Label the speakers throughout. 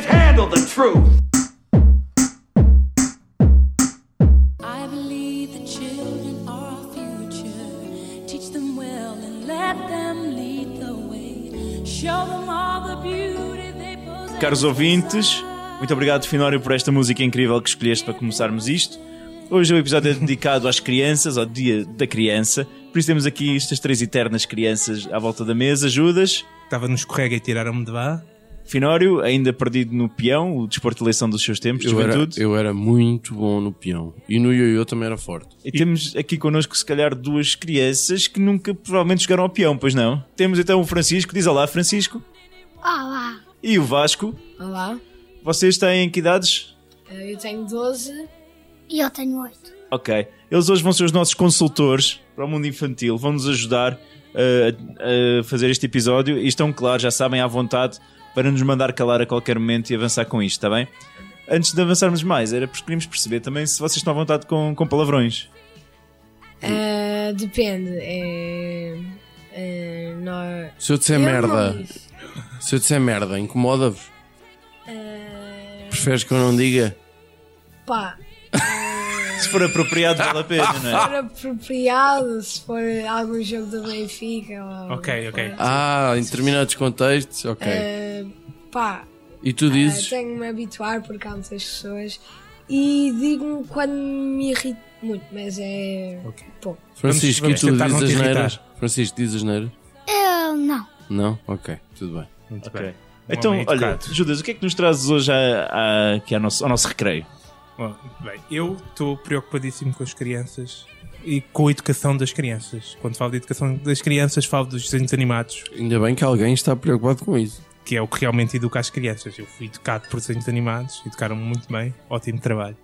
Speaker 1: the truth.
Speaker 2: I believe the children are our future. Teach them well and let them lead the way. Show them all the beauty they possess.
Speaker 3: Caros ouvintes, muito obrigado, Finório, por esta música incrível que escolheste para começarmos isto. Hoje o episódio é dedicado às crianças, ao Dia da Criança. Por isso temos aqui estas três eternas crianças à volta da mesa. Judas,
Speaker 4: Estava no escorrega e tiraram-me de lá.
Speaker 3: Finório, ainda perdido no peão, o desporto de eleição dos seus tempos, de
Speaker 5: Eu era,
Speaker 3: juventude.
Speaker 5: eu era muito bom no peão. E no ioiô também era forte.
Speaker 3: E temos aqui connosco, se calhar, duas crianças que nunca provavelmente jogaram ao peão, pois não? Temos então o Francisco, diz olá, Francisco.
Speaker 6: Olá!
Speaker 3: E o Vasco.
Speaker 7: Olá, Eh,
Speaker 3: Vocês têm que idades?
Speaker 7: eu tenho 12.
Speaker 6: E eu tenho oito.
Speaker 3: Ok. Eles hoje vão ser os nossos consultores para o mundo infantil. Vão nos ajudar uh, a, a fazer este episódio. E estão, claro, já sabem, à vontade para nos mandar calar a qualquer momento e avançar com isto, está bem? Antes de avançarmos mais, era porque queríamos perceber também se vocês estão à vontade com, com palavrões.
Speaker 7: Ah, depende. É, é, nó-
Speaker 5: Se eu disser
Speaker 7: Eu
Speaker 5: merda,
Speaker 7: não disse.
Speaker 5: se eu disser merda, incomoda-vos?
Speaker 7: Ah,
Speaker 5: Preferes que eu não diga?
Speaker 7: pá,
Speaker 3: Se for apropriado, vale a pena, não é?
Speaker 7: for apropriado, se for algum jogo do Benfica. Ou,
Speaker 4: Ok, ok.
Speaker 5: Ah, em determinados contextos, ok.
Speaker 7: Ah, pá,
Speaker 5: e tu
Speaker 7: ah,
Speaker 5: dizes,
Speaker 7: tenho-me a habituar porque há muitas pessoas. E digo quando me irrito muito, mas é. Bom,
Speaker 5: Francisco,
Speaker 4: vamos
Speaker 5: e tu
Speaker 4: tentar não te
Speaker 5: dizes
Speaker 4: irritar.
Speaker 5: neiras? Francisco, dizes neiras?
Speaker 6: Eu não.
Speaker 5: Não? Ok, tudo bem.
Speaker 4: Muito
Speaker 3: Ok.
Speaker 4: bem. Um
Speaker 3: Então,
Speaker 4: homem
Speaker 3: olha,
Speaker 4: educado.
Speaker 3: Judas, o que é que nos trazes hoje à- à- aqui ao nosso, ao nosso recreio?
Speaker 4: Bom, muito bem. Eu estou preocupadíssimo com as crianças e com a educação das crianças. Quando falo de educação das crianças, falo dos desenhos animados,
Speaker 5: Ainda bem que alguém está preocupado com isso.
Speaker 4: que é o que realmente educa as crianças. Eu fui educado por desenhos animados, educaram-me muito bem, ótimo trabalho.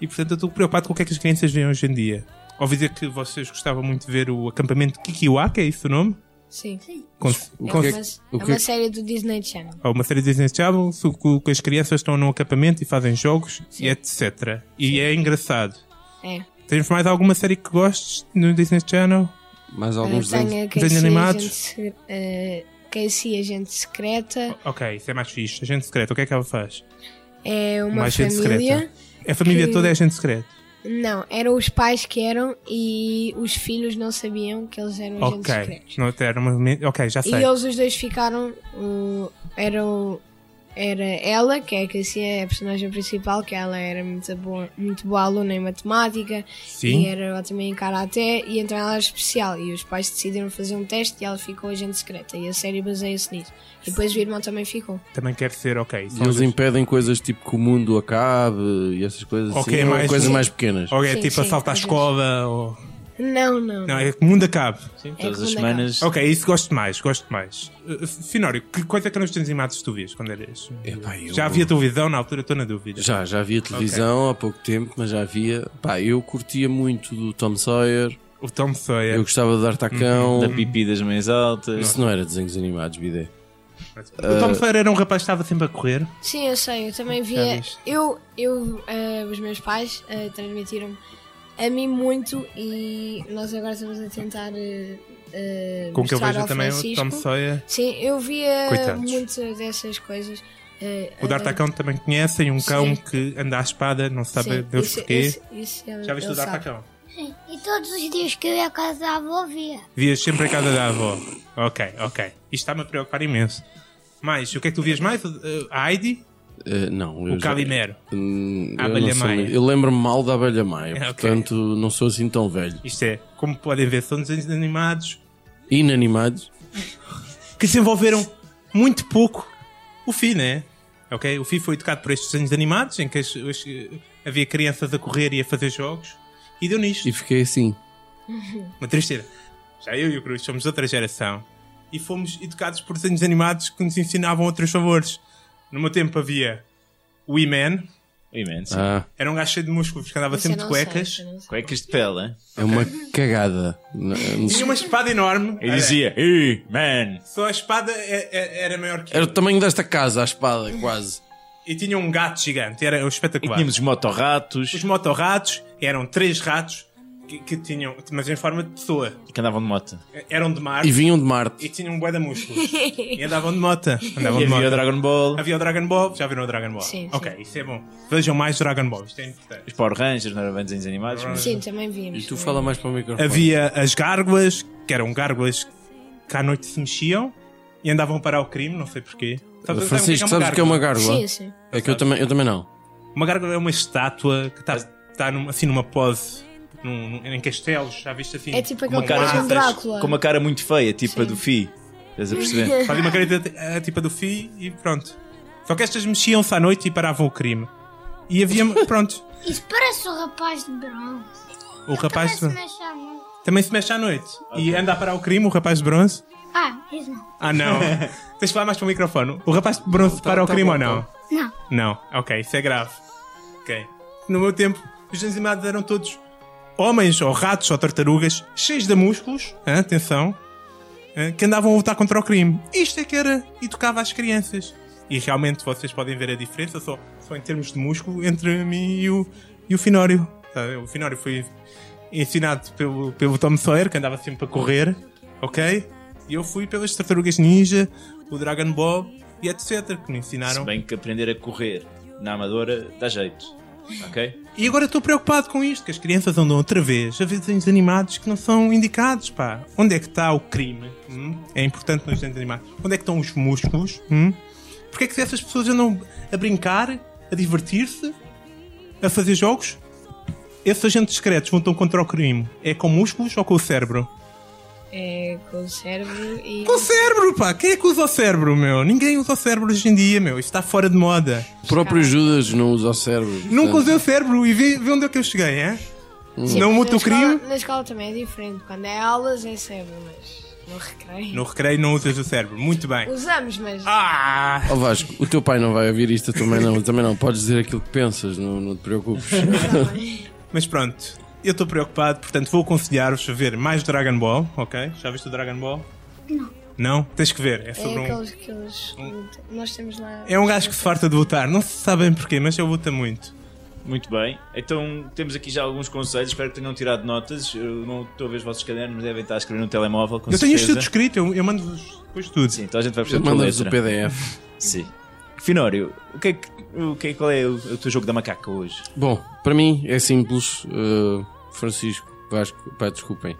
Speaker 4: E portanto eu estou preocupado com o que é que as crianças veem hoje em dia. Ouvi dizer que vocês gostavam muito de ver o acampamento Kikiwaka, é isso o nome?
Speaker 7: sim.
Speaker 4: Com,
Speaker 5: O
Speaker 7: É
Speaker 5: que
Speaker 7: uma,
Speaker 5: é
Speaker 7: é
Speaker 5: que- o que é
Speaker 7: uma
Speaker 5: que-
Speaker 7: série do Disney Channel.
Speaker 4: Há uma série de Disney Channel so- co- que as crianças estão num acampamento e fazem jogos e etc. E é engraçado.
Speaker 7: É.
Speaker 4: Tens mais alguma série que gostes no Disney Channel?
Speaker 5: Mais
Speaker 7: Eu
Speaker 5: alguns desenhos.
Speaker 7: tenho Eh, a
Speaker 4: desenhos
Speaker 7: Casey,
Speaker 4: animados.
Speaker 7: Agente Se- eh, Casey, Agente Secreta.
Speaker 4: Ok, isso é mais fixe. Agente secreta, o que é que ela faz?
Speaker 7: É uma,
Speaker 4: agente
Speaker 7: família.
Speaker 4: É a família
Speaker 7: que-
Speaker 4: toda é agente secreta.
Speaker 7: Não, eram os pais que eram e os filhos não sabiam que eles eram agentes
Speaker 4: Ok.
Speaker 7: secretos.
Speaker 4: Não, era uma... Ok, já sei.
Speaker 7: é E eles os dois ficaram. o- era, o- era ela, que é a Casey, é a personagem principal, que ela era muito boa, muito boa aluna em matemática
Speaker 4: Sim.
Speaker 7: e era ótima em karaté, e então ela era especial. E os pais decidiram fazer um teste e ela ficou agente secreta. E a série baseia-se nisso. E depois o irmão também ficou.
Speaker 4: Também quer ser, ok.
Speaker 5: E
Speaker 4: são
Speaker 5: eles
Speaker 4: dois-
Speaker 5: impedem coisas tipo que o mundo acabe e essas coisas
Speaker 4: Ok,
Speaker 5: assim, ou
Speaker 4: mais-
Speaker 5: coisas mais pequenas.
Speaker 4: Ou é
Speaker 7: Sim,
Speaker 4: tipo
Speaker 7: sim,
Speaker 4: assalto à
Speaker 7: às
Speaker 4: escola ou...
Speaker 7: Não, não.
Speaker 4: Não, é que o mundo acabe.
Speaker 3: Sim, todas
Speaker 7: todas
Speaker 3: as
Speaker 7: que as não dá
Speaker 3: semanas.
Speaker 7: semanas-
Speaker 4: Ok, isso gosto mais, gosto mais. Uh, Finório, que coisa que nos tens animados tu vias quando eras?
Speaker 5: Epá, eu-
Speaker 4: Já havia televisão na altura, estou na dúvida.
Speaker 5: Já, já havia televisão há pouco tempo, mas já havia. Pá, eu curtia muito do Tom Sawyer,
Speaker 4: O Tom Sawyer.
Speaker 5: eu gostava de dar
Speaker 4: Uhum.
Speaker 5: tacão.
Speaker 3: Da pipi das mães altas.
Speaker 5: Isso não era desenhos animados, bidé.
Speaker 4: O Tom Sawyer era um rapaz que estava sempre a correr.
Speaker 7: Sim, eu sei, eu também
Speaker 4: Já
Speaker 7: via.
Speaker 4: viste.
Speaker 7: Eu, eu eh, os meus pais eh, transmitiram-me a mim muito e nós agora estamos a tentar. eh, eh,
Speaker 4: Com que eu
Speaker 7: mostrar
Speaker 4: vejo
Speaker 7: ao
Speaker 4: também o
Speaker 7: Francisco.
Speaker 4: Tom Sawyer.
Speaker 7: Sim, eu via
Speaker 4: Coitados.
Speaker 7: muito dessas coisas. eh,
Speaker 4: O
Speaker 7: eh,
Speaker 4: D'Artacão também conhecem, um cão
Speaker 7: Sim.
Speaker 4: que anda à espada, não se sabe
Speaker 7: sim,
Speaker 4: Deus
Speaker 7: isso-
Speaker 4: porquê.
Speaker 7: isso- isso ele-
Speaker 4: Já viste
Speaker 7: ele
Speaker 4: o
Speaker 7: sabe.
Speaker 4: D'Artacão?
Speaker 6: Sim. E todos os dias que eu ia à casa da avó via.
Speaker 4: Vias sempre a casa da avó. Ok, ok. Isto está-me a preocupar imenso. Mas, o que é que tu vias mais? Uh, A Heidi?
Speaker 5: Eh, não, eu
Speaker 4: O
Speaker 5: já-
Speaker 4: Calimero?
Speaker 5: Hum,
Speaker 4: A
Speaker 5: eu
Speaker 4: Abelha
Speaker 5: não sou-
Speaker 4: Maia.
Speaker 5: Eu lembro-me mal da abelha maia,
Speaker 4: É, ok.
Speaker 5: portanto não sou assim tão velho.
Speaker 4: Isto é, como podem ver, são desenhos animados
Speaker 5: Inanimados,
Speaker 4: que desenvolveram muito pouco o FI, né? Ok? O FI foi educado por estes desenhos animados em que as- as- havia crianças a correr e a fazer jogos e deu nisto.
Speaker 5: e fiquei assim.
Speaker 4: Uma tristeza. Já eu e o Cruz somos de outra geração e fomos educados por desenhos animados que nos ensinavam outros favores. No meu tempo havia o E-Man,
Speaker 3: Imenso.
Speaker 5: Ah,
Speaker 4: era um gajo cheio de músculos que andava
Speaker 7: Isso
Speaker 4: sempre
Speaker 7: eu
Speaker 4: de
Speaker 7: não sei,
Speaker 4: cuecas.
Speaker 7: isso eu não sei.
Speaker 3: Cuecas de pele, hein?
Speaker 5: é uma cagada. Não-
Speaker 4: Tinha uma espada enorme.
Speaker 3: E dizia, Ei, man!
Speaker 4: Só a espada é- é- era maior que
Speaker 5: Era
Speaker 4: eu.
Speaker 5: o tamanho desta casa, a espada, quase.
Speaker 4: E tinha um gato gigante, era
Speaker 3: E
Speaker 4: espetacular.
Speaker 3: tínhamos os motorratos.
Speaker 4: Os motorratos eram três ratos que que, que tinham, mas em forma de pessoa.
Speaker 3: Que andavam de moto.
Speaker 4: Eram de mar
Speaker 5: E
Speaker 4: e,
Speaker 5: vinham de Marte.
Speaker 4: tinham um bué de músculos. e andavam de mota. Andavam
Speaker 3: E
Speaker 4: de
Speaker 3: havia
Speaker 4: mota.
Speaker 3: o Dragon Ball,
Speaker 4: Havia o Dragon Ball, já viram o Dragon Ball?
Speaker 7: Sim,
Speaker 4: Ok, isso é bom. Vejam mais Dragon Ball, isto é importante.
Speaker 3: os Power Rangers, não eram bem desenhos animados. mas-
Speaker 7: Sim, também
Speaker 5: E
Speaker 7: vimos.
Speaker 5: tu fala mais para o microfone.
Speaker 4: Havia as gárgulas, que eram gárgulas que à noite se mexiam e andavam a parar o crime, não sei porquê. Sabes-
Speaker 5: Francisco, sabes o que é uma gárgula?
Speaker 7: Sim, sim.
Speaker 5: É que eu também, eu também não.
Speaker 4: Uma gárgula é uma estátua que está tá num- assim numa pose num, num- em castelos, já viste assim?
Speaker 7: É tipo
Speaker 4: Com
Speaker 7: aquele
Speaker 3: cara
Speaker 7: cara
Speaker 4: asas.
Speaker 7: de Drácula.
Speaker 3: Com uma cara muito feia, tipo a do Fi. Estás a perceber?
Speaker 4: Fazem uma careta tipo do FI e pronto. Só que estas mexiam-se à noite e paravam o crime. E havia, pronto,
Speaker 6: Isso parece o rapaz de bronze. um-
Speaker 4: o rapaz
Speaker 7: Então,
Speaker 6: Parece mexe a mão.
Speaker 4: também se mexe à noite e anda a parar o crime, o rapaz de bronze.
Speaker 6: Ah, isso não.
Speaker 4: Ah, não. Tens de falar mais para o microfone. O rapaz de bronze para o crime ou não?
Speaker 6: Não.
Speaker 4: Não. Ok, isso é grave. Ok. No meu tempo, os desenhos animados eram todos homens, ou ratos, ou tartarugas, cheios de músculos, hã, atenção, hã, que andavam a lutar contra o crime. Isto é que era. E tocava às crianças. E realmente vocês podem ver a diferença, só, só em termos de músculo, entre mim e o, e o Finório. Sabe? O Finório foi ensinado pelo, pelo Tom Sawyer, que andava sempre a correr, ok? E eu fui pelas tartarugas ninja, o Dragon Ball e etc. que me
Speaker 3: Se
Speaker 4: ensinaram.
Speaker 3: bem que aprender a correr na Amadora dá jeito. Ok?
Speaker 4: E agora estou preocupado com isto, que as crianças andam outra vez a ver desenhos animados que não são indicados, pá. Onde é que está o crime? hum? É importante nos desenhos animados. Onde é que estão os músculos? Hum? Porquê é que essas pessoas andam a brincar, a divertir-se, a fazer jogos? Esses agentes secretos lutam contra o crime. É com músculos ou com o cérebro?
Speaker 7: É com o cérebro e.
Speaker 4: Com o cérebro, pá! Quem é que usa o cérebro, meu? Ninguém usa o cérebro hoje em dia, meu. Isso está fora de moda.
Speaker 5: O próprio Judas não usa o cérebro.
Speaker 4: Nunca
Speaker 5: portanto.
Speaker 4: usei o cérebro e vê, vê onde é que eu cheguei, é?
Speaker 7: Sim,
Speaker 4: Não
Speaker 7: mas
Speaker 4: muda
Speaker 7: na
Speaker 4: o crime?
Speaker 7: escola- Na escola também é diferente. Quando é aulas é cérebro, mas no recreio.
Speaker 4: No recreio não usas o cérebro. Muito bem.
Speaker 7: Usamos, mas.
Speaker 4: Ah!
Speaker 5: Ó Vasco, o teu pai não vai ouvir isto, eu também não, eu também não. Podes dizer aquilo que pensas, não, não te preocupes.
Speaker 4: Mas pronto, eu estou preocupado, portanto vou aconselhar-vos a ver mais Dragon Ball, ok? Já viste o Dragon Ball? Não. Não? Tens que ver, é
Speaker 7: é
Speaker 4: sobre um.
Speaker 7: aqueles que eles. Nós temos lá.
Speaker 4: É um gajo que se farta de lutar, não se sabe bem porquê, mas ele luta muito.
Speaker 3: Muito bem. Então temos aqui já alguns conselhos. Espero que tenham tirado notas. Eu não estou a ver os vossos cadernos, mas devem estar a escrever no telemóvel. Com
Speaker 4: eu tenho isto
Speaker 3: certeza.
Speaker 4: tudo escrito, eu, eu mando-vos depois tudo.
Speaker 3: Sim, então a gente vai precisar de tua
Speaker 5: Mandas o
Speaker 3: letra.
Speaker 5: PDF.
Speaker 3: Sim. Finório, o que é que, o que é, qual é o, o teu jogo da macaca hoje?
Speaker 5: Bom, para mim é simples. eh, Francisco, Vasco, pá, desculpem.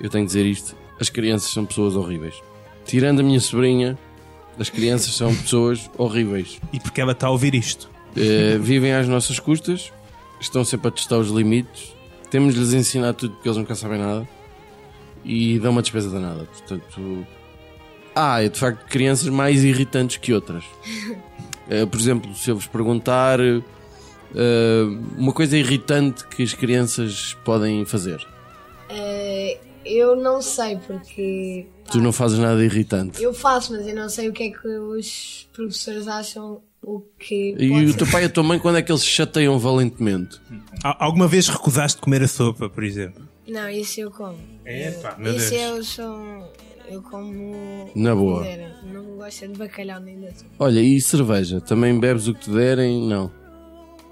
Speaker 5: Eu tenho que dizer isto. As crianças são pessoas horríveis. Tirando a minha sobrinha, as crianças são pessoas horríveis.
Speaker 4: E porque ela está a ouvir isto.
Speaker 5: Eh, vivem às nossas custas, estão sempre a testar os limites, temos de lhes ensinar tudo porque eles nunca sabem nada e dão uma despesa danada. Portanto, há de facto crianças mais irritantes que outras. Eh, por exemplo, se eu vos perguntar eh, uma coisa irritante que as crianças podem fazer,
Speaker 7: Eh, eu não sei, porque.
Speaker 5: tu não fazes nada irritante.
Speaker 7: Eu faço, mas eu não sei o que é que os professores acham o que.
Speaker 5: E
Speaker 7: pode
Speaker 5: o teu pai e a tua mãe, quando é que eles se chateiam valentemente?
Speaker 4: Al- Alguma vez recusaste comer a sopa, por exemplo?
Speaker 7: ser. Não, isso eu como.
Speaker 4: Epá,
Speaker 7: isso eu sou. Eu como.
Speaker 5: Na boa.
Speaker 7: o que derem. Não gosto é de bacalhau nem de atum.
Speaker 5: Olha, e cerveja? Também bebes o que te derem? Não.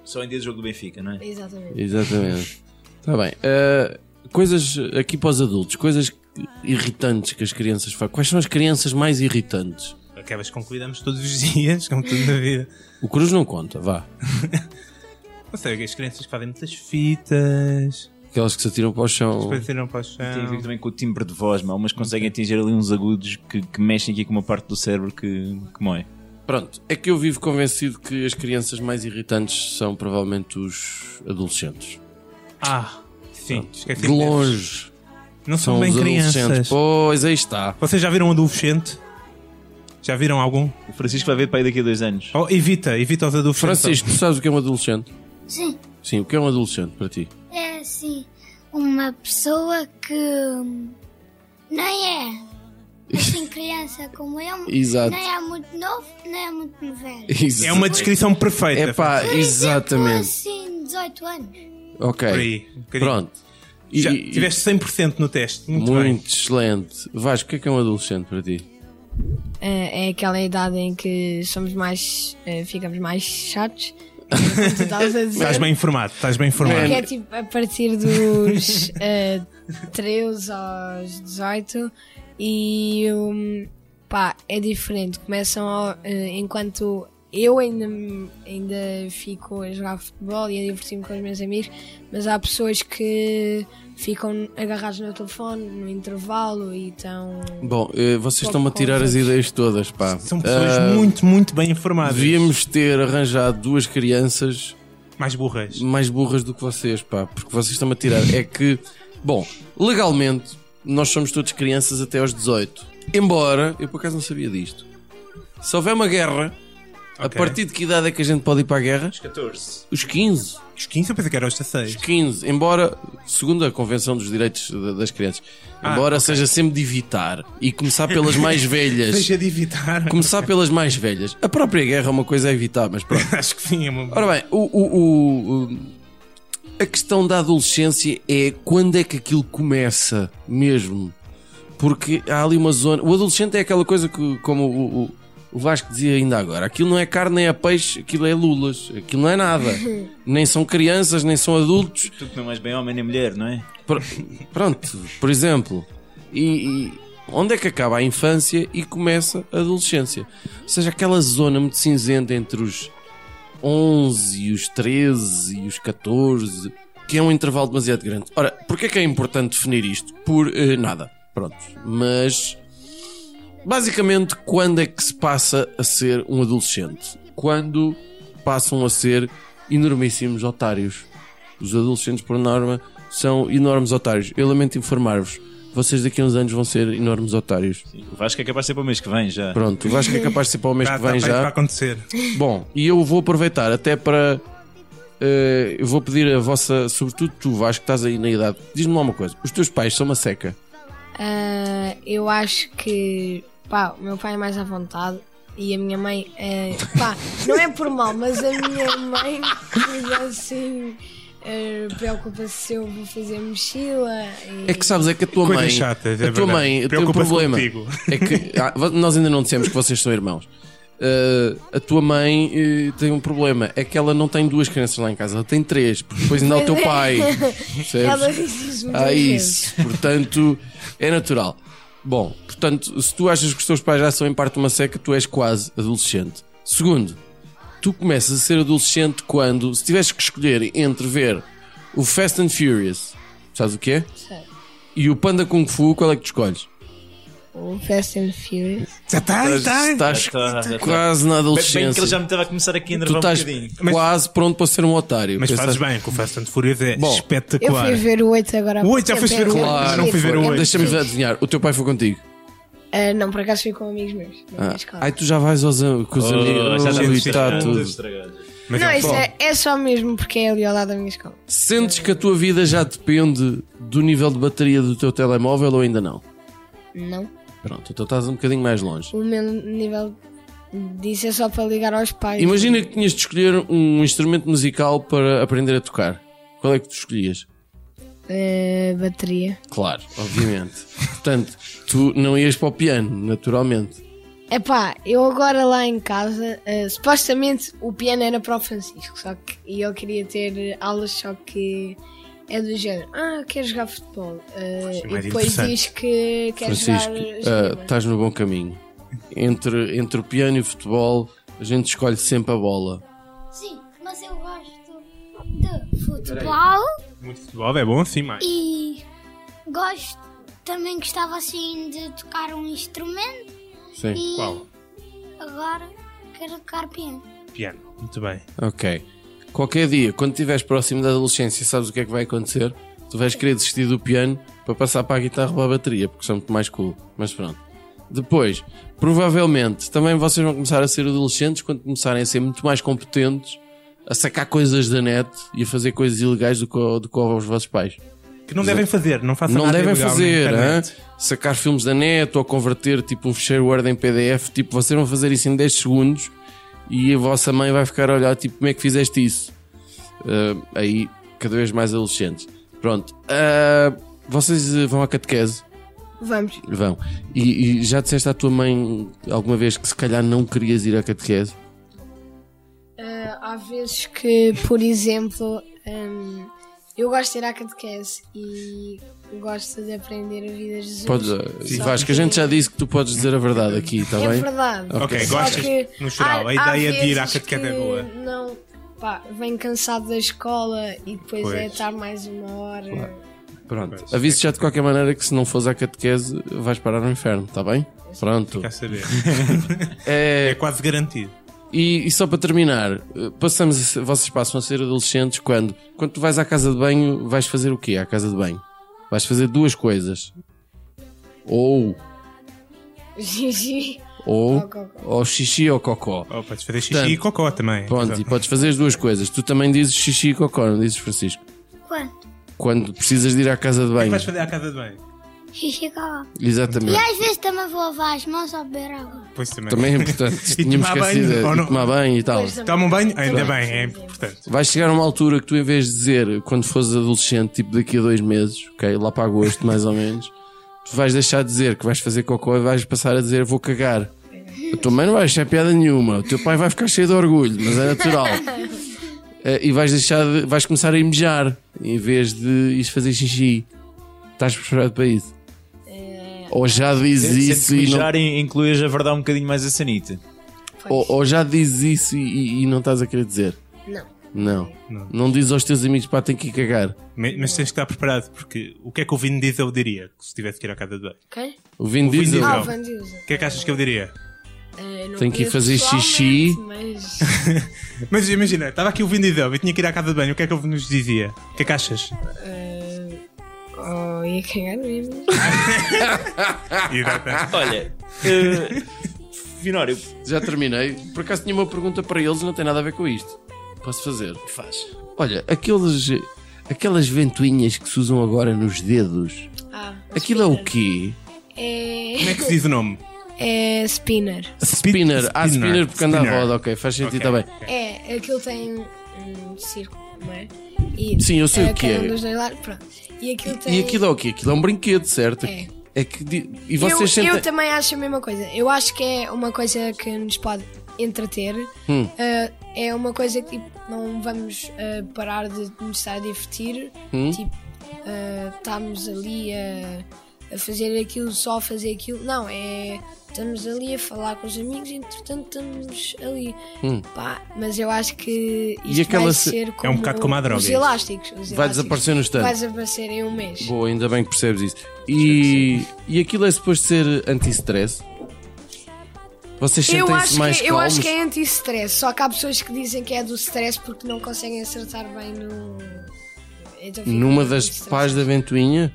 Speaker 3: Só em dia do jogo do Benfica, não é?
Speaker 7: Exatamente.
Speaker 5: Exatamente. Está bem. Ah, coisas aqui para os adultos, coisas irritantes que as crianças fazem. Quais são as crianças mais irritantes?
Speaker 4: Aquelas com que lidamos todos os dias, como tudo na vida.
Speaker 5: O Cruz não conta, vá.
Speaker 4: Não sei, as crianças que fazem muitas fitas, Oh.
Speaker 5: Aquelas que se atiram para o chão.
Speaker 4: depois tiram para o chão.
Speaker 3: Tem a ver também com o timbre de voz, mas umas conseguem atingir ali uns agudos que, que mexem aqui com uma parte do cérebro que, que moe.
Speaker 5: Pronto, é que eu vivo convencido que as crianças mais irritantes são provavelmente os adolescentes.
Speaker 4: Ah, sim, esqueci
Speaker 5: De longe
Speaker 4: Não
Speaker 5: são
Speaker 4: são bem
Speaker 5: os adolescentes.
Speaker 4: crianças.
Speaker 5: Pois aí está.
Speaker 4: Vocês já viram um adolescente? Já viram algum?
Speaker 3: O Francisco vai ver para aí daqui a dois anos.
Speaker 4: Oh, evita, evita os adolescentes.
Speaker 5: Francisco, tu sabes o que é um adolescente?
Speaker 6: Sim.
Speaker 5: Sim, o que é um adolescente para ti?
Speaker 6: É assim. Uma pessoa que. hum, Nem é. Assim, criança como eu.
Speaker 5: Exato.
Speaker 6: Nem é muito novo, nem é muito velho.
Speaker 4: É uma descrição perfeita.
Speaker 5: É pá,
Speaker 6: Ou
Speaker 5: exatamente.
Speaker 6: assim, 18 anos.
Speaker 5: Ok.
Speaker 4: Por aí, um bocadinho.
Speaker 5: é. Pronto. E-
Speaker 4: Já
Speaker 5: e-
Speaker 4: tiveste 100% no teste. Muito,
Speaker 5: Muito,
Speaker 4: bem.
Speaker 5: excelente. Vasco, o que é que é um adolescente para ti?
Speaker 7: é Eh, é aquela idade em que somos mais. eh, ficamos mais chatos Era como tu estavas a
Speaker 4: Estás
Speaker 7: dizer.
Speaker 4: bem informado, estás bem informado.
Speaker 7: Que é tipo a partir dos eh, 13 aos 18 e um, pá, é diferente. Começam a, eh, enquanto eu ainda, me- ainda fico a jogar futebol e a divertir-me com os meus amigos, mas há pessoas que ficam agarrados no telefone no intervalo e estão.
Speaker 5: Bom, eh, vocês estão-me a tirar as ideias todas, pá.
Speaker 4: São pessoas
Speaker 5: Ah,
Speaker 4: muito, muito bem informadas.
Speaker 5: Devíamos ter arranjado duas crianças
Speaker 4: Mais burras.
Speaker 5: mais burras do que vocês, pá, porque vocês estão-me a tirar. É que, bom, legalmente, nós somos todos crianças até aos 18. Embora, eu por acaso não sabia disto. Se houver uma guerra, a
Speaker 4: Ok.
Speaker 5: partir de que idade é que a gente pode ir para a guerra?
Speaker 3: 14.
Speaker 5: Os 15.
Speaker 4: Os 15 eu pensei que era os
Speaker 5: Os
Speaker 4: 16.
Speaker 5: 15. Embora, segundo a Convenção dos Direitos da- das Crianças,
Speaker 4: Ah,
Speaker 5: embora seja sempre de evitar e começar pelas mais velhas.
Speaker 4: Deixa de evitar.
Speaker 5: Começar pelas mais velhas. A própria guerra é uma coisa a evitar, mas pronto.
Speaker 4: Acho que sim, é uma.
Speaker 5: Ora bem, o, o- o- o- a questão da adolescência é quando é que aquilo começa mesmo. Porque há ali uma zona. O adolescente é aquela coisa que, como o, o- o Vasco dizia ainda agora, aquilo não é carne nem é peixe, aquilo é lulas, aquilo não é nada. nem são crianças, nem são adultos.
Speaker 3: Tu que não és bem homem nem mulher, não é?
Speaker 5: Pr- pronto, por exemplo. E, e onde é que acaba a infância e começa a adolescência? Ou seja, aquela zona muito cinzenta entre os 11 e os 13 e os 14, que é um intervalo demasiado grande. Ora, porquê é que é importante definir isto? Por eh, nada. Pronto. Mas. Basicamente, quando é que se passa a ser um adolescente? Quando passam a ser enormíssimos otários. Os adolescentes, por norma, são enormes otários. Eu lamento informar-vos. Vocês daqui a uns anos vão ser enormes otários.
Speaker 3: O Vasco é capaz de ser para o mês que vem já.
Speaker 5: Pronto, o Vasco é capaz de ser para o mês
Speaker 4: Tá-
Speaker 5: que
Speaker 4: tá
Speaker 5: vem
Speaker 4: feito para
Speaker 5: já.
Speaker 4: acontecer.
Speaker 5: Bom, e eu vou aproveitar até para. eh, eu vou pedir a vossa. Sobretudo tu, Vasco, que estás aí na idade. Diz-me lá uma coisa: os teus pais são uma seca.
Speaker 7: Ah, eu acho que pá, o meu pai é mais à vontade e a minha mãe é, pá, não é por mal, mas a minha mãe diz assim ah, preocupa-se se eu vou fazer mochila e
Speaker 5: É que sabes, é que a tua
Speaker 4: Coisas
Speaker 5: mãe.
Speaker 4: chatas, é
Speaker 5: a tua
Speaker 4: verdade.
Speaker 5: mãe tem um
Speaker 4: Preocupa-se
Speaker 5: problema.
Speaker 4: contigo.
Speaker 5: É que ah, vo- nós ainda não dissemos que vocês são irmãos. Ah, a tua mãe eh, tem um problema. É que ela não tem duas crianças lá em casa, ela tem três, porque depois ainda há o teu pai. Percebes?
Speaker 7: ela diz isso muitas
Speaker 5: Há
Speaker 7: vezes.
Speaker 5: Ah, isso. Portanto, é natural. Bom, portanto, se tu achas que os teus pais já são em parte uma seca, tu és quase adolescente. Segundo, tu começas a ser adolescente quando, se tivesses que escolher entre ver o Fast and Furious, sabes o que é?
Speaker 7: Sei.
Speaker 5: E o Panda Kung Fu, qual é que tu escolhes?
Speaker 7: O Fast and Furious.
Speaker 4: Já está, já está.
Speaker 5: Estás
Speaker 3: Tá, tá, tá.
Speaker 5: quase na
Speaker 3: Bem, bem que ele já
Speaker 5: adolescência.
Speaker 3: me estava a começar aqui a
Speaker 5: Tu
Speaker 3: enervar um
Speaker 5: estás
Speaker 3: bocadinho.
Speaker 4: Mas-
Speaker 5: quase pronto para ser um otário.
Speaker 4: Mas
Speaker 5: Pensas-
Speaker 4: fazes bem, que o Fast and Furious é
Speaker 5: Bom,
Speaker 7: Eu
Speaker 4: espetacular.
Speaker 7: fui ver o 8 agora. há
Speaker 4: O
Speaker 7: pouco
Speaker 4: oito, já
Speaker 7: tempo,
Speaker 4: foste ver
Speaker 7: é
Speaker 4: o oito?
Speaker 7: muito
Speaker 5: Claro,
Speaker 4: não fui ver o
Speaker 7: difícil.
Speaker 4: oito.
Speaker 5: Deixa-me adivinhar. O teu pai foi contigo?
Speaker 7: Ah, não, por acaso fui com amigos meus. na minha
Speaker 5: Ah,
Speaker 7: escola.
Speaker 5: Ai, tu já vais aos, am- com os
Speaker 3: Oh,
Speaker 5: amigos.
Speaker 3: já
Speaker 5: Ui,
Speaker 4: temos
Speaker 5: tá
Speaker 4: isto.
Speaker 5: tudo.
Speaker 4: Mas
Speaker 7: não,
Speaker 4: é
Speaker 7: isso
Speaker 4: bom.
Speaker 7: é, é só mesmo porque é ali ao lado da minha escola.
Speaker 5: Sentes que a tua vida já depende do nível de bateria do teu telemóvel ou ainda não?
Speaker 7: Não.
Speaker 5: Pronto, então estás um bocadinho mais longe.
Speaker 7: O meu nível disso é só para ligar aos pais.
Speaker 5: Imagina que tinhas de escolher um instrumento musical para aprender a tocar. Qual é que tu escolhias?
Speaker 7: Eh, bateria.
Speaker 5: Claro, obviamente. Portanto, tu não ias para o piano, naturalmente.
Speaker 7: Epá, eu agora lá em casa, eh, supostamente o piano era para o Francisco, só que e eu queria ter aulas, só que é do género. Ah, quero jogar futebol. Eh, e
Speaker 4: mais
Speaker 7: depois
Speaker 4: interessante.
Speaker 7: diz que quer
Speaker 5: é Francisco,
Speaker 7: jogar.
Speaker 5: ah,
Speaker 7: esgrima.
Speaker 5: estás no bom caminho. Entre, entre o piano e o futebol, a gente escolhe sempre a bola.
Speaker 6: Sim, mas eu gosto de futebol
Speaker 4: Muito futebol, é bom assim, mais.
Speaker 6: e gosto também gostava assim de tocar um instrumento
Speaker 5: Sim.
Speaker 6: e
Speaker 4: Qual?
Speaker 6: agora quero tocar piano.
Speaker 4: Piano. Muito bem.
Speaker 5: Ok. Qualquer dia, quando estiveres próximo da adolescência, sabes o que é que vai acontecer? Tu vais querer desistir do piano para passar para a guitarra ou a bateria, porque são muito mais cool. Mas pronto. Depois, provavelmente, também vocês vão começar a ser adolescentes quando começarem a ser muito mais competentes, a sacar coisas da net e a fazer coisas ilegais do que, do que aos vossos pais.
Speaker 4: Que não devem fazer, não façam
Speaker 5: Não
Speaker 4: nada
Speaker 5: devem
Speaker 4: ilegal na
Speaker 5: fazer, hã?
Speaker 4: internet.
Speaker 5: sacar filmes da net ou converter tipo um fecheiro Word em PDF. Tipo, vocês vão fazer isso em 10 segundos e a vossa mãe vai ficar a olhar, tipo, como é que fizeste isso? Ah, aí, cada vez mais adolescentes. Pronto. Ah, vocês eh, vão à catequese?
Speaker 7: Vamos.
Speaker 5: Vão. E, e já disseste à tua mãe alguma vez que se calhar não querias ir à catequese?
Speaker 7: eh, há vezes que, por exemplo, hum, eu gosto de ir à catequese e gosto de aprender a vida de Jesus.
Speaker 5: Podes, eh,
Speaker 7: Só
Speaker 5: Vasco, a gente já disse que tu podes dizer a verdade aqui, está
Speaker 7: É
Speaker 5: bem?
Speaker 7: verdade.
Speaker 4: Ok,
Speaker 7: Só
Speaker 4: gostas,
Speaker 7: que
Speaker 4: no geral, a
Speaker 7: há- há
Speaker 4: ideia de ir à
Speaker 7: vezes
Speaker 4: catequese é
Speaker 7: que
Speaker 4: boa.
Speaker 7: Não, pá, venho cansado da escola e depois é
Speaker 4: Pois.
Speaker 7: estar mais uma hora.
Speaker 5: Pronto.
Speaker 4: Pois.
Speaker 5: Aviso já de qualquer maneira que se não fores à catequese vais parar no inferno, está bem? Pronto.
Speaker 4: Quer saber?
Speaker 5: É,
Speaker 4: É quase garantido.
Speaker 5: e, e só para terminar, eh, passamos a ser- vocês passam a ser adolescentes quando? Quando tu vais à casa de banho, vais fazer o quê à casa de banho? Vais fazer duas coisas. Ou,
Speaker 7: Gigi.
Speaker 5: ou,
Speaker 7: Ou cocó.
Speaker 5: ou xixi ou cocó.
Speaker 4: Oh, podes fazer xixi
Speaker 5: Portanto,
Speaker 4: e cocó também.
Speaker 5: Pronto, e podes fazer as duas coisas. Tu também dizes xixi e cocó, não dizes Francisco?
Speaker 6: Quanto?
Speaker 5: Quando precisas de ir à casa de
Speaker 4: O que é que
Speaker 5: banho.
Speaker 4: vais fazer à casa de banho?
Speaker 6: Xixi cola. E
Speaker 5: Exatamente.
Speaker 6: às vezes também vou lavar as mãos ao beber água.
Speaker 4: Pois também.
Speaker 5: Também é importante. Tínhamos
Speaker 4: tomar banho,
Speaker 5: esquecido
Speaker 4: ou
Speaker 5: de
Speaker 4: não?
Speaker 5: tomar banho e tal.
Speaker 7: Pois também.
Speaker 4: Toma um banho? Ainda
Speaker 7: Também.
Speaker 4: bem, é importante.
Speaker 5: Vai chegar a uma altura que tu, em vez de dizer quando fores adolescente, tipo daqui a dois meses, ok? Lá para agosto, mais ou menos, tu vais deixar de dizer que vais fazer cocô e vais passar a dizer vou cagar. A tua mãe não vai achar piada nenhuma, o teu pai vai ficar cheio de orgulho, mas é natural. Eh, e vais deixar de, vais começar a imejar em vez de ires fazer xixi. Estás preparado para isso? Ou já dizes isso e não
Speaker 3: já incluís a verdade um bocadinho mais a sanita.
Speaker 5: Ou, ou já dizes isso e, e- e não estás a querer dizer?
Speaker 7: Não.
Speaker 5: Não.
Speaker 4: Não.
Speaker 5: Não dizes aos teus amigos, pá, tem que ir cagar.
Speaker 4: Mas, mas tens que estar preparado, porque o que é que o Vin Diesel diria que se tivesse que ir à casa de banho?
Speaker 7: Ok?
Speaker 5: O Vin
Speaker 4: O Vin
Speaker 5: Diesel.
Speaker 4: Diesel.
Speaker 7: Ah,
Speaker 4: Não.
Speaker 7: o Van Diesel.
Speaker 4: O que é que achas que ele diria?
Speaker 7: Eh, não
Speaker 5: Tem que ir
Speaker 7: conheço
Speaker 5: fazer xixi.
Speaker 7: pessoalmente, Mas...
Speaker 4: Mas imagina, estava aqui o Vin Diesel, eu tinha que ir à casa de banho, o que é que ele nos dizia? O que é que achas?
Speaker 7: eh, oh, ia cagar mesmo.
Speaker 4: Exato.
Speaker 3: Olha, eh, Finório,
Speaker 5: Já terminei. Por acaso tinha uma pergunta para eles, não tem nada a ver com isto. Posso fazer?
Speaker 3: faz.
Speaker 5: Olha, aqueles, aquelas ventoinhas que se usam agora nos dedos,
Speaker 7: Ah,
Speaker 5: aquilo é o quê?
Speaker 7: é,
Speaker 4: Como é que se diz o nome?
Speaker 7: é spinner.
Speaker 5: Spinner. Ah, spinner porque anda à
Speaker 4: Spinner.
Speaker 5: roda, ok, faz sentido tá
Speaker 4: Ok.
Speaker 5: também.
Speaker 7: É, aquilo tem um círculo, não é? E,
Speaker 5: Sim, eu sei
Speaker 7: eh,
Speaker 5: o que
Speaker 7: cada
Speaker 5: é.
Speaker 7: um dos dois lados, pronto. E aquilo tem...
Speaker 5: E aquilo é o quê? Aquilo é um brinquedo, certo?
Speaker 7: É.
Speaker 5: É que. di- E
Speaker 7: Eu-
Speaker 5: vocês
Speaker 7: eu,
Speaker 5: sentem.
Speaker 7: também acho a mesma coisa. Eu acho que é uma coisa que nos pode entreter.
Speaker 5: Hum.
Speaker 7: Ah, é uma coisa que tipo, não vamos ah, parar de nos estar a divertir.
Speaker 5: Hum.
Speaker 7: Tipo, ah, estamos ali a, a fazer aquilo, só a fazer aquilo. Não, é. Estamos ali a falar com os amigos e entretanto estamos ali. Pá, mas eu acho que isto
Speaker 5: Hum. aquela
Speaker 7: vai
Speaker 5: se-
Speaker 7: ser
Speaker 4: É
Speaker 7: como
Speaker 4: um bocado como a droga,
Speaker 7: Os
Speaker 4: isso.
Speaker 7: elásticos. os
Speaker 5: Vai
Speaker 7: elásticos.
Speaker 5: desaparecer no instante.
Speaker 7: Vai desaparecer em um mês.
Speaker 5: Boa, ainda bem que percebes isso. E, e aquilo é suposto ser anti-stress? Vocês
Speaker 7: Eu
Speaker 5: sentem-se
Speaker 7: acho,
Speaker 5: mais
Speaker 7: que, eu
Speaker 5: calmos?
Speaker 7: acho que é anti-stress, só que há pessoas que dizem que é do stress porque não conseguem acertar bem no. Então fica
Speaker 5: Numa das
Speaker 7: anti-stress.
Speaker 5: pás da ventoinha,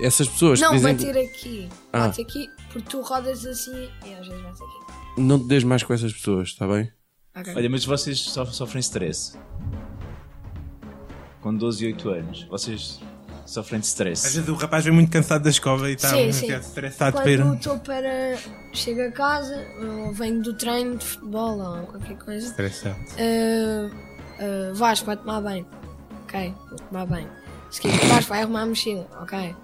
Speaker 5: essas pessoas que
Speaker 7: Não,
Speaker 5: dizem
Speaker 7: bater aqui.
Speaker 5: Ah.
Speaker 7: Bate aqui, porque tu rodas assim e às vezes bate aqui.
Speaker 5: não te des mais com essas pessoas, está bem?
Speaker 7: Ok.
Speaker 3: Olha, mas vocês so- sofrem stress. Com 12 e 8 anos, vocês sofrem de
Speaker 4: Às
Speaker 3: stress.
Speaker 4: vezes o rapaz vem muito cansado da escola e está
Speaker 7: Sim,
Speaker 4: um
Speaker 7: sim.
Speaker 4: bocado estressado para ir.
Speaker 7: Quando estou para. Chego a casa, ou venho do treino de futebol ou qualquer coisa.
Speaker 4: Estressado.
Speaker 7: Uh, uh, Vasco vai tomar banho. Ok, vou tomar banho. A seguir, Vasco vai arrumar a mochila. Ok.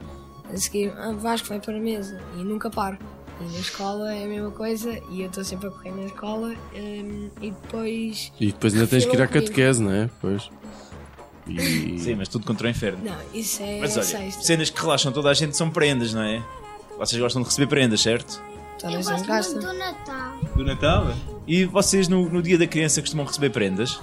Speaker 7: A seguir, ah, Vasco vai para a mesa. E nunca paro. E na escola é a mesma coisa. E eu estou sempre a correr na escola. hum, e depois.
Speaker 5: E depois ainda tens que ir à
Speaker 7: Refiro comigo.
Speaker 5: catequese, não é? Pois. E-
Speaker 3: Sim, mas tudo contra o inferno.
Speaker 7: Não, isso é
Speaker 3: mas olha,
Speaker 7: sexta.
Speaker 3: cenas que relaxam toda a gente são prendas, não é? Vocês gostam de receber prendas, certo?
Speaker 7: Toda a
Speaker 6: Eu
Speaker 7: gente
Speaker 6: gosto
Speaker 7: gasta.
Speaker 6: muito do Natal.
Speaker 4: Do Natal?
Speaker 3: E vocês no, no dia da criança costumam receber prendas?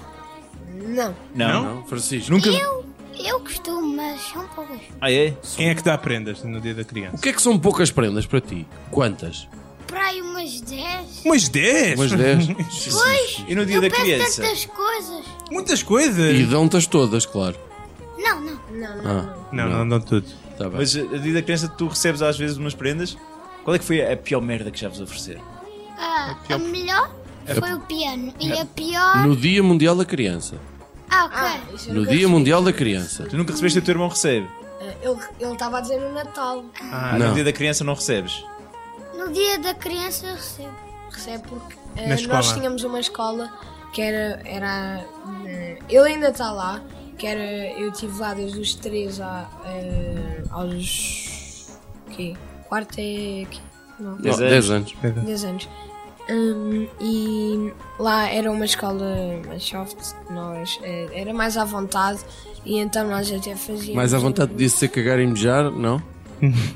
Speaker 7: Não.
Speaker 3: Não?
Speaker 5: Não, Francisco.
Speaker 3: Nunca.
Speaker 6: Eu costumo, mas são poucas.
Speaker 3: Ah, é?
Speaker 4: Quem é que dá prendas no dia da criança?
Speaker 5: O que é que são poucas prendas para ti? Quantas?
Speaker 6: Para aí umas 10.
Speaker 4: Umas
Speaker 3: É
Speaker 4: 10!
Speaker 5: Umas 10?
Speaker 6: Pois!
Speaker 3: E no dia
Speaker 6: Eu
Speaker 3: da
Speaker 6: peço
Speaker 3: criança?
Speaker 6: tantas coisas.
Speaker 4: Muitas
Speaker 5: e
Speaker 4: coisas!
Speaker 5: dão-te as todas, claro.
Speaker 6: Não, não.
Speaker 7: Não, não.
Speaker 5: Ah,
Speaker 4: Não, não dão tudo.
Speaker 5: está bem.
Speaker 3: Mas a a dia da criança tu recebes às vezes umas prendas? Qual é que foi a a pior merda que já vos ofereceram?
Speaker 7: É
Speaker 6: Ah, a melhor foi o piano. E a pior.
Speaker 5: No Dia Mundial da Criança.
Speaker 6: Ah,
Speaker 7: Ah,
Speaker 6: ok.
Speaker 7: isso eu
Speaker 5: No
Speaker 7: nunca
Speaker 5: Dia
Speaker 7: recebi.
Speaker 5: Mundial da Criança.
Speaker 3: Tu nunca recebeste e o teu irmão recebe.
Speaker 7: Ah, ele- Ele estava a dizer no Natal.
Speaker 4: Ah,
Speaker 3: Ah,
Speaker 5: Não.
Speaker 3: no dia da criança não recebes.
Speaker 6: No dia da criança eu recebo.
Speaker 7: Recebe porque eh,
Speaker 4: Na escola.
Speaker 7: nós tínhamos uma escola que era. era eh, ele ainda está lá, que era. Eu estive lá desde os 3 a, eh, aos. quê? Quarto é. quê? Não,
Speaker 5: Não,
Speaker 4: É.
Speaker 3: Dez anos.
Speaker 5: 10 anos.
Speaker 7: 10 anos. Hum, e lá era uma escola mais soft, nós eh, era mais à vontade e então nós até fazíamos.
Speaker 5: Mais à vontade de ser cagar e mijar, não?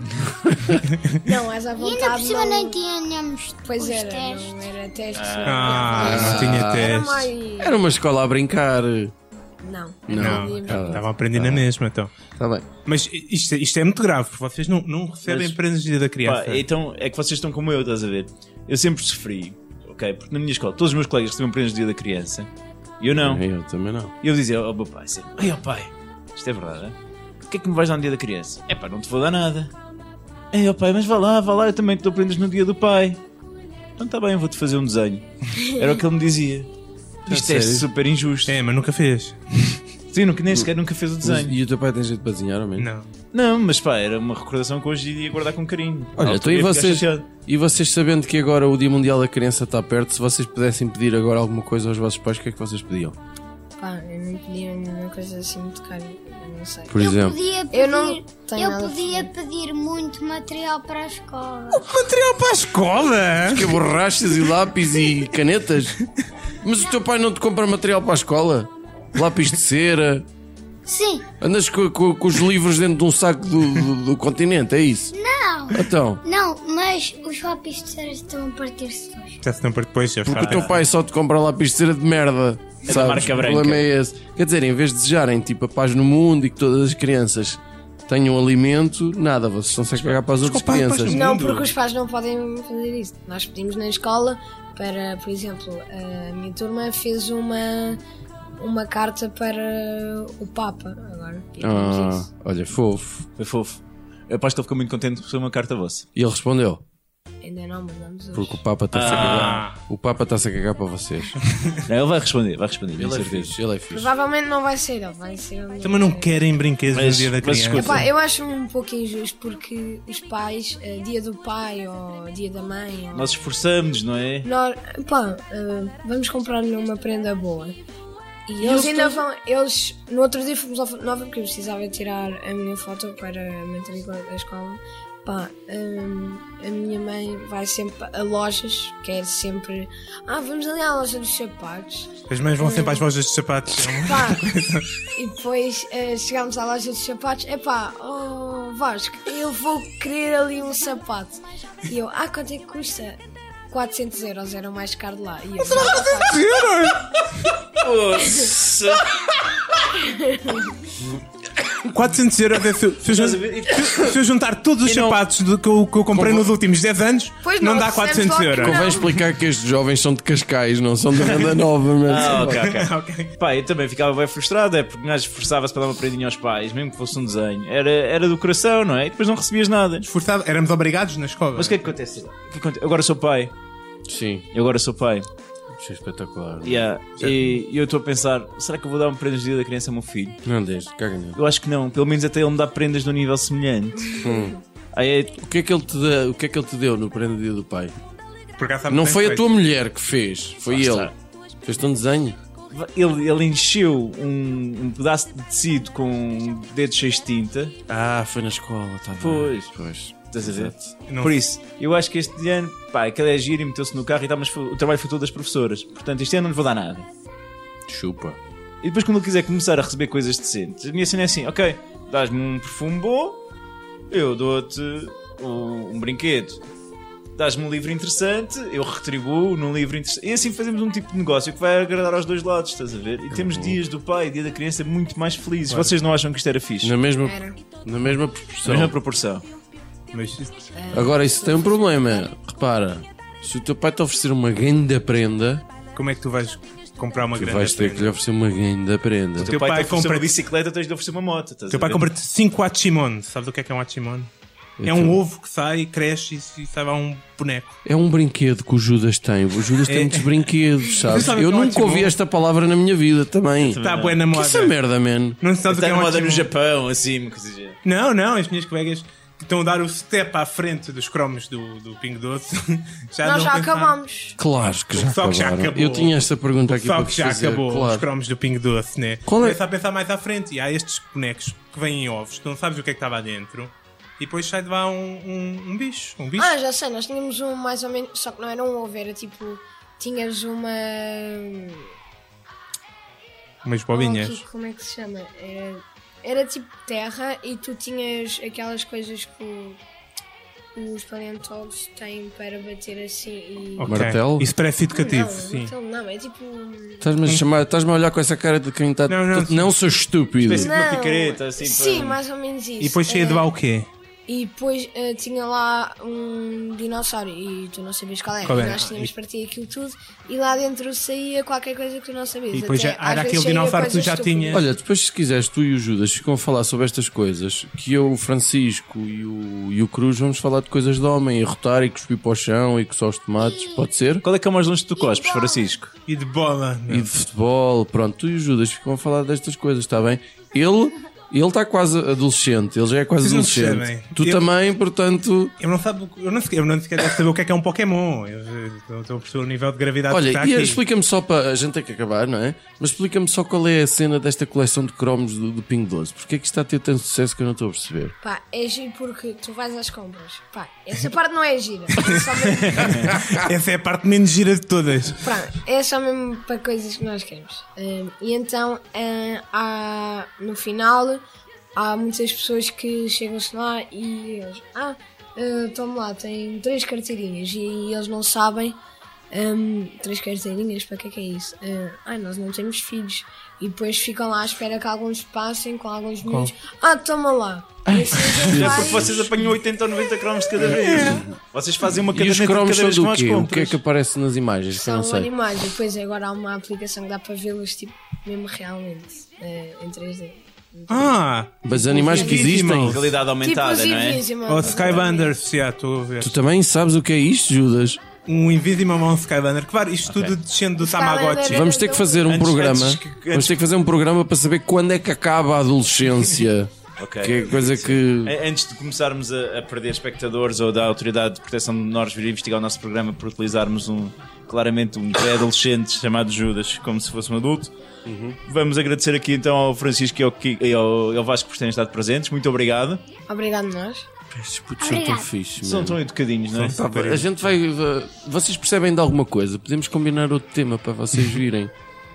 Speaker 7: um- Não, mais à
Speaker 6: E ainda por
Speaker 7: vontade.
Speaker 6: cima
Speaker 7: não-
Speaker 6: nem tínhamos
Speaker 7: Pois
Speaker 6: os
Speaker 7: era,
Speaker 6: testes.
Speaker 7: não era testes.
Speaker 4: Ah, não tinha
Speaker 7: era
Speaker 4: testes.
Speaker 7: mais.
Speaker 5: Era uma escola a brincar.
Speaker 7: Não,
Speaker 5: Não,
Speaker 7: não.
Speaker 5: cara.
Speaker 4: Estava a aprender na mesma, então.
Speaker 5: Está Tá bem.
Speaker 4: Mas isto, isto é muito grave, porque vocês não, não recebem
Speaker 3: Mas-
Speaker 4: prendas da criança.
Speaker 3: Pá, então é que vocês estão como eu, estás a ver? Eu sempre sofri, ok? Porque na minha escola todos os meus colegas recebiam prendas do dia da criança e eu não.
Speaker 5: Eu também não.
Speaker 3: E eu dizia ao meu pai assim: Ai, ó pai, isto é verdade, é? O que é que me vais dar no dia da criança? É pá, não te vou dar nada. Ei, ó pai, mas vá lá, vá lá, eu também te dou prendas no dia do pai. Então tá bem, eu vou-te fazer um desenho. Era o que ele me dizia. Isto é
Speaker 5: Tá sério?
Speaker 3: super injusto.
Speaker 4: É, mas nunca fez.
Speaker 3: Sim, nunca, nem sequer nunca fez o desenho.
Speaker 5: E o teu pai tem jeito para desenhar, ou menos?
Speaker 4: Não.
Speaker 3: Não, mas pá, era uma recordação que hoje iria guardar com carinho.
Speaker 5: Olha,
Speaker 3: Ah,
Speaker 5: então e
Speaker 3: ia ficar
Speaker 5: vocês,
Speaker 3: chateado.
Speaker 5: e vocês sabendo que agora o Dia Mundial da Criança está perto, se vocês pudessem pedir agora alguma coisa aos vossos pais, o que é que vocês pediam?
Speaker 7: Pá, eu não podia nenhuma coisa assim muito cara. Eu não sei.
Speaker 5: Por
Speaker 6: Eu
Speaker 5: exemplo,
Speaker 6: podia pedir,
Speaker 7: Eu não tenho
Speaker 6: eu
Speaker 7: nada a
Speaker 6: podia pedir muito material para a escola.
Speaker 4: Material para a escola!
Speaker 5: que é borrachas e lápis e canetas? Mas o teu pai não te compra material para a escola? Lápis de cera?
Speaker 6: Sim,
Speaker 5: Andas co- co- com, os livros dentro de um saco do, do- do continente, é isso?
Speaker 6: não.
Speaker 5: Então,
Speaker 6: Não, mas os lápis de cera estão a partir-se dois.
Speaker 4: Já se estão para depois, já
Speaker 5: porque o
Speaker 4: está.
Speaker 5: teu pai só te compra lápis de cera de merda.
Speaker 3: da
Speaker 5: sabes?
Speaker 3: marca
Speaker 5: o
Speaker 3: branca.
Speaker 5: problema é esse. Quer dizer, em vez de desejarem tipo a paz no mundo e que todas as crianças tenham alimento, nada, vocês estão-se a cagar para as outras
Speaker 4: pá, paz no
Speaker 5: crianças.
Speaker 7: Não,
Speaker 4: mundo.
Speaker 7: porque os pais não podem fazer isso. Nós pedimos na escola para, por exemplo, a minha turma fez uma, uma carta para o Papa. Agora, pedimos
Speaker 5: Ah,
Speaker 7: isso.
Speaker 5: olha, fofo.
Speaker 3: Foi fofo. Eu aposto que ele ficou muito contente por ser uma carta vossa.
Speaker 5: E ele respondeu:
Speaker 7: Ainda não mandamos hoje.
Speaker 5: Porque o Papa está-se a
Speaker 3: Ah.
Speaker 5: cagar. O Papa está-se a cagar para vocês.
Speaker 3: Não, ele vai responder, vai responder, tenho certeza.
Speaker 5: ele é fixe.
Speaker 7: Provavelmente não vai ser ele, vai ser ele.
Speaker 4: Também não querem brinquedos
Speaker 3: Mas-
Speaker 4: no dia da
Speaker 3: mas
Speaker 4: criança.
Speaker 3: escuta.
Speaker 7: Epá, eu acho um pouco injusto porque os pais, eh, dia do pai ou dia da mãe, ou-
Speaker 3: Nós esforçamos, não é?
Speaker 7: Nós, pá, ah, vamos comprar-lhe uma prenda boa. E eles, ainda vão. Eles, no outro dia fomos ao Fonte Nova porque eu precisava tirar a minha foto para a matrícula da escola. Pá, ah, a minha mãe vai sempre a lojas, quer sempre. Ah, vamos ali à loja dos sapatos.
Speaker 4: As mães vão sempre às lojas de sapatos.
Speaker 7: Pá, e depois eh, chegámos à loja dos sapatos. Epá, oh Vasco, eu vou querer ali um sapato. E eu, ah, quanto é que custa? 400 euros, era o mais caro de lá. E eu,
Speaker 3: Poxa.
Speaker 4: 400 euros. é Se eu, se eu jun-
Speaker 3: Estás a ver?
Speaker 4: se eu juntar todos os
Speaker 3: E não-
Speaker 4: sapatos do- que, eu, que eu comprei nos últimos 10 anos,
Speaker 7: Pois
Speaker 4: não,
Speaker 7: não,
Speaker 4: dá
Speaker 7: recebemos
Speaker 4: 400
Speaker 7: logo.
Speaker 4: euros.
Speaker 5: Convém explicar que estes jovens são de Cascais, não são de Renda Nova, mas.
Speaker 3: Ah, ok, ok.
Speaker 4: Ok.
Speaker 3: Pá, eu também ficava bem frustrado, é porque um gajo esforçava-se para dar uma prendinha aos pais, mesmo que fosse um desenho. Era, era do coração, não é? E depois não recebias nada.
Speaker 4: Esforçado, éramos obrigados na escola.
Speaker 3: Mas o que é que acontece? O que aconte- Eu agora sou pai.
Speaker 5: Sim,
Speaker 3: Eu agora sou pai.
Speaker 5: isso é espetacular.
Speaker 3: Yeah. E e eu estou a pensar, será que eu vou dar um prenda de dia da criança ao meu filho?
Speaker 5: Não deixes, caga nele.
Speaker 3: Eu acho que não, pelo menos até ele me dá prendas de um nível semelhante.
Speaker 5: Hum.
Speaker 3: Aí é-
Speaker 5: O que é que ele te, dá- o que é que ele te deu no prenda do dia do pai?
Speaker 4: Por acaso, sabe
Speaker 5: Não
Speaker 4: bem
Speaker 5: foi a
Speaker 4: feito.
Speaker 5: tua mulher que fez, foi ele.
Speaker 3: está.
Speaker 5: Fez-te um desenho.
Speaker 3: ele, ele encheu um, um pedaço de tecido com dedos cheios de tinta.
Speaker 5: Ah, foi na escola, tá bem.
Speaker 3: Pois.
Speaker 5: Pois.
Speaker 3: Estás a ver?
Speaker 4: Não.
Speaker 3: Por isso, eu acho que este ano, pá, aquele é giro e meteu-se no carro e tal, mas foi- o trabalho foi todo das professoras. Portanto, este ano não lhe vou dar nada.
Speaker 5: Chupa.
Speaker 3: E depois, quando ele quiser começar a receber coisas decentes, a minha cena é assim: ok, dás-me um perfume bom, eu dou-te um, um brinquedo. Dás-me um livro interessante, eu retribuo num livro interessante. E assim fazemos um tipo de negócio que vai agradar aos dois lados, estás a ver? E temos dias do pai e dia da criança muito mais felizes. Vocês não acham que isto era fixe?
Speaker 5: Na mesma,
Speaker 7: Era.
Speaker 5: na mesma
Speaker 3: Na
Speaker 5: proporção.
Speaker 3: mesma proporção.
Speaker 4: Mas
Speaker 5: Agora, isso tem um problema. Repara, se o teu pai te oferecer uma grande prenda,
Speaker 4: como é que tu vais comprar uma
Speaker 5: tu
Speaker 4: grande
Speaker 5: vais ter que lhe
Speaker 4: prenda?
Speaker 5: oferecer uma grande prenda.
Speaker 3: O
Speaker 4: teu
Speaker 3: teu pai,
Speaker 4: pai
Speaker 3: te ofereceu
Speaker 4: compra-
Speaker 3: uma bicicleta, tens de oferecer uma moto. Estás
Speaker 4: Teu
Speaker 3: a
Speaker 4: pai
Speaker 3: ver?
Speaker 4: compra-te 5 Hachimon. Sabes o que é que é um Hachimon? É um ovo que sai, cresce e, e sai lá um boneco.
Speaker 5: É um brinquedo que o Judas tem. O Judas tem muitos brinquedos, sabes?
Speaker 4: sabem
Speaker 5: Eu
Speaker 4: É. que é um
Speaker 5: nunca ouvi
Speaker 4: ótimo-
Speaker 5: esta palavra na minha vida também.
Speaker 3: Tá
Speaker 4: Está boa Tá na
Speaker 5: Que
Speaker 4: moda.
Speaker 5: essa merda, man?
Speaker 4: Não sabes o que
Speaker 3: Está
Speaker 4: é
Speaker 3: Tá na
Speaker 4: um
Speaker 3: moda no
Speaker 4: Hachimon.
Speaker 3: Japão, assim, uma coisa do género.
Speaker 4: Não, não, as minhas colegas que estão a dar o step à frente dos cromos do, do Pingo Doce. já andam
Speaker 7: Nós já
Speaker 4: a pensar.
Speaker 7: acabamos.
Speaker 5: Claro que já
Speaker 4: Só que já
Speaker 5: acabaram.
Speaker 4: acabou.
Speaker 5: Eu tinha esta pergunta aqui
Speaker 4: Só
Speaker 5: para
Speaker 4: que
Speaker 5: vos
Speaker 4: já
Speaker 5: fazer.
Speaker 4: acabou os
Speaker 5: Claro.
Speaker 4: cromos do Pingo Doce, né?
Speaker 5: Qual é-
Speaker 4: Começa a pensar mais à frente e há estes bonecos que vêm em ovos, tu não sabes o que é que estava dentro. E depois sai de lá um, um, um bicho. Um bicho.
Speaker 7: Ah, já sei, nós tínhamos um mais ou menos. Só que não era um ovo, era tipo. Tínhamos uma.
Speaker 4: umas
Speaker 7: Oh,
Speaker 4: bolinhas.
Speaker 7: Kiko, como é que se chama? Era, era tipo terra e tu tinhas aquelas coisas que o- os paleontólogos têm para bater assim e.
Speaker 4: Ok.
Speaker 5: Martelo?
Speaker 4: Isso parece educativo,
Speaker 7: não,
Speaker 4: sim.
Speaker 7: Então, não, é tipo.
Speaker 5: Estás-me a chamar, estás-me a olhar com essa cara de quem está.
Speaker 4: Não, não, sim.
Speaker 5: não sou estúpido.
Speaker 3: Parece uma
Speaker 7: Não.
Speaker 3: picareta, assim.
Speaker 7: Sim,
Speaker 3: para-
Speaker 7: mais ou menos isso.
Speaker 4: E depois cheia de
Speaker 7: Eh,
Speaker 4: lá o quê?
Speaker 7: E depois eh, tinha lá um dinossauro e tu não sabias qual era.
Speaker 4: Qual
Speaker 7: E
Speaker 4: era?
Speaker 7: Nós tínhamos
Speaker 4: E-
Speaker 7: partido aquilo tudo e lá dentro saía qualquer coisa que tu não sabias.
Speaker 4: E depois
Speaker 7: Até
Speaker 4: já-
Speaker 7: às
Speaker 4: era
Speaker 7: vezes
Speaker 4: aquele
Speaker 7: saía
Speaker 4: dinossauro que tu
Speaker 7: coisas
Speaker 4: já
Speaker 7: estúpidas.
Speaker 4: tinhas.
Speaker 5: Olha, depois se quiseres, tu e o Judas ficam a falar sobre estas coisas que eu, o Francisco e o, e o Cruz vamos falar de coisas de homem e rotar e cuspir para o chão e coçar os tomates, pode ser?
Speaker 3: Qual é que é o mais longe que tu cospes, Francisco?
Speaker 4: E de bola. não.
Speaker 5: E de futebol, pronto, tu e o Judas ficam a falar destas coisas, está bem? Ele ele está quase adolescente, ele já é quase
Speaker 4: Vocês não se
Speaker 5: adolescente.
Speaker 4: sabem.
Speaker 5: Tu
Speaker 4: Eu-
Speaker 5: também, portanto.
Speaker 4: Eu não, sabe, o que- eu não sequer, eu não sequer devo saber o que é que é um Pokémon. Eu eu estou estou a perceber o nível de gravidade que
Speaker 5: Olha,
Speaker 4: está
Speaker 5: e
Speaker 4: aqui.
Speaker 5: explica-me só para. A gente tem que acabar, não é? Mas explica-me só qual é a cena desta coleção de cromos do, do Ping 12. Porquê é que isto está a ter tanto sucesso que eu não estou a perceber?
Speaker 7: Pá, é giro porque tu vais às compras. Pá, essa parte não é gira. É só mesmo,
Speaker 4: Essa é a parte menos gira de todas.
Speaker 7: pronto, é só mesmo para coisas que nós queremos. Hum, e então, hum, há, no final, há muitas pessoas que chegam-se lá e eles. Ah, hum, toma lá, tem três carteirinhas e eles não sabem. hum, três carteirinhas, para que é que é isso? Hum, ah, nós não temos filhos. E depois ficam lá à espera que alguns passem com alguns meninos. Ah, toma lá. E assim a gente
Speaker 3: É
Speaker 7: vai-
Speaker 3: porque vocês apanham 80 ou 90 cromos de cada vez. Vocês fazem uma
Speaker 5: É. E os
Speaker 3: caderneta de cada
Speaker 5: cromos são
Speaker 3: vez que vão
Speaker 5: do
Speaker 3: às
Speaker 5: quê? O que é
Speaker 3: compras.
Speaker 5: que aparece nas imagens? Que eu não
Speaker 7: São
Speaker 5: sei.
Speaker 7: animais, e depois agora há uma aplicação que dá para vê-los tipo, mesmo realmente eh, em 3D.
Speaker 4: Ah!
Speaker 5: Mas animais que existem.
Speaker 3: Realidade aumentada,
Speaker 7: tipo os
Speaker 3: não é?
Speaker 7: Invisimals.
Speaker 4: Ou Skylanders, oh, já estou a ver.
Speaker 5: Tu também sabes o que é isto, Judas?
Speaker 4: Um Invisible Mão Skylander. Claro, isto tudo descendo do Tamagotchi.
Speaker 7: Skylander.
Speaker 5: Vamos ter que fazer um
Speaker 3: Antes-
Speaker 5: programa.
Speaker 3: antes que- antes-
Speaker 5: Vamos ter que fazer um programa para saber quando é que acaba a adolescência.
Speaker 3: Ok.
Speaker 5: Que é coisa que.
Speaker 3: A- Antes de começarmos a, a perder espectadores ou da Autoridade de Proteção de Menores vir investigar o nosso programa por utilizarmos um claramente um pré-adolescente chamado Judas como se fosse um adulto,
Speaker 5: Uhum.
Speaker 3: vamos agradecer aqui então ao Francisco e ao, Ki- e ao, e ao Vasco por terem estado presentes. Muito obrigado.
Speaker 7: Obrigado, nós.
Speaker 5: Estes putos são tão
Speaker 6: Obrigada.
Speaker 5: fixe,
Speaker 3: São
Speaker 5: mano.
Speaker 3: tão educadinhos, não é?
Speaker 5: Pá, A gente vai. va- Vocês percebem de alguma coisa? Podemos combinar outro tema para vocês virem.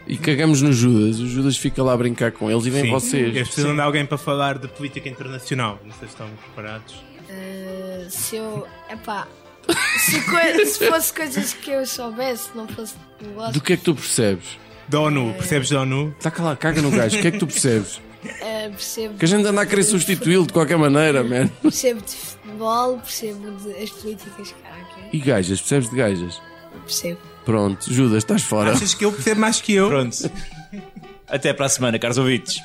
Speaker 5: E cagamos no Judas. O Judas fica lá a brincar com eles e vem
Speaker 4: Sim. Eu
Speaker 5: vocês.
Speaker 4: preciso de alguém para falar de política internacional. Não sei se estão preparados.
Speaker 7: Eh, se eu. Epá. Se, coi- se fosse coisas que eu soubesse, não fosse negócio.
Speaker 5: Do que é que tu percebes?
Speaker 4: Da ONU, percebes da ONU?
Speaker 5: Está lá, caga no gajo. O que é que tu percebes?
Speaker 7: eh, percebo,
Speaker 5: Que a gente anda a querer substituí-lo de qualquer maneira, man.
Speaker 7: percebo de futebol, percebo de, as políticas que há aqui.
Speaker 5: E gajas, percebes de gajas?
Speaker 7: Percebo.
Speaker 5: Pronto, Judas, estás fora.
Speaker 4: Achas que eu percebo mais que eu?
Speaker 3: Pronto. Até para a semana, caros ouvintes.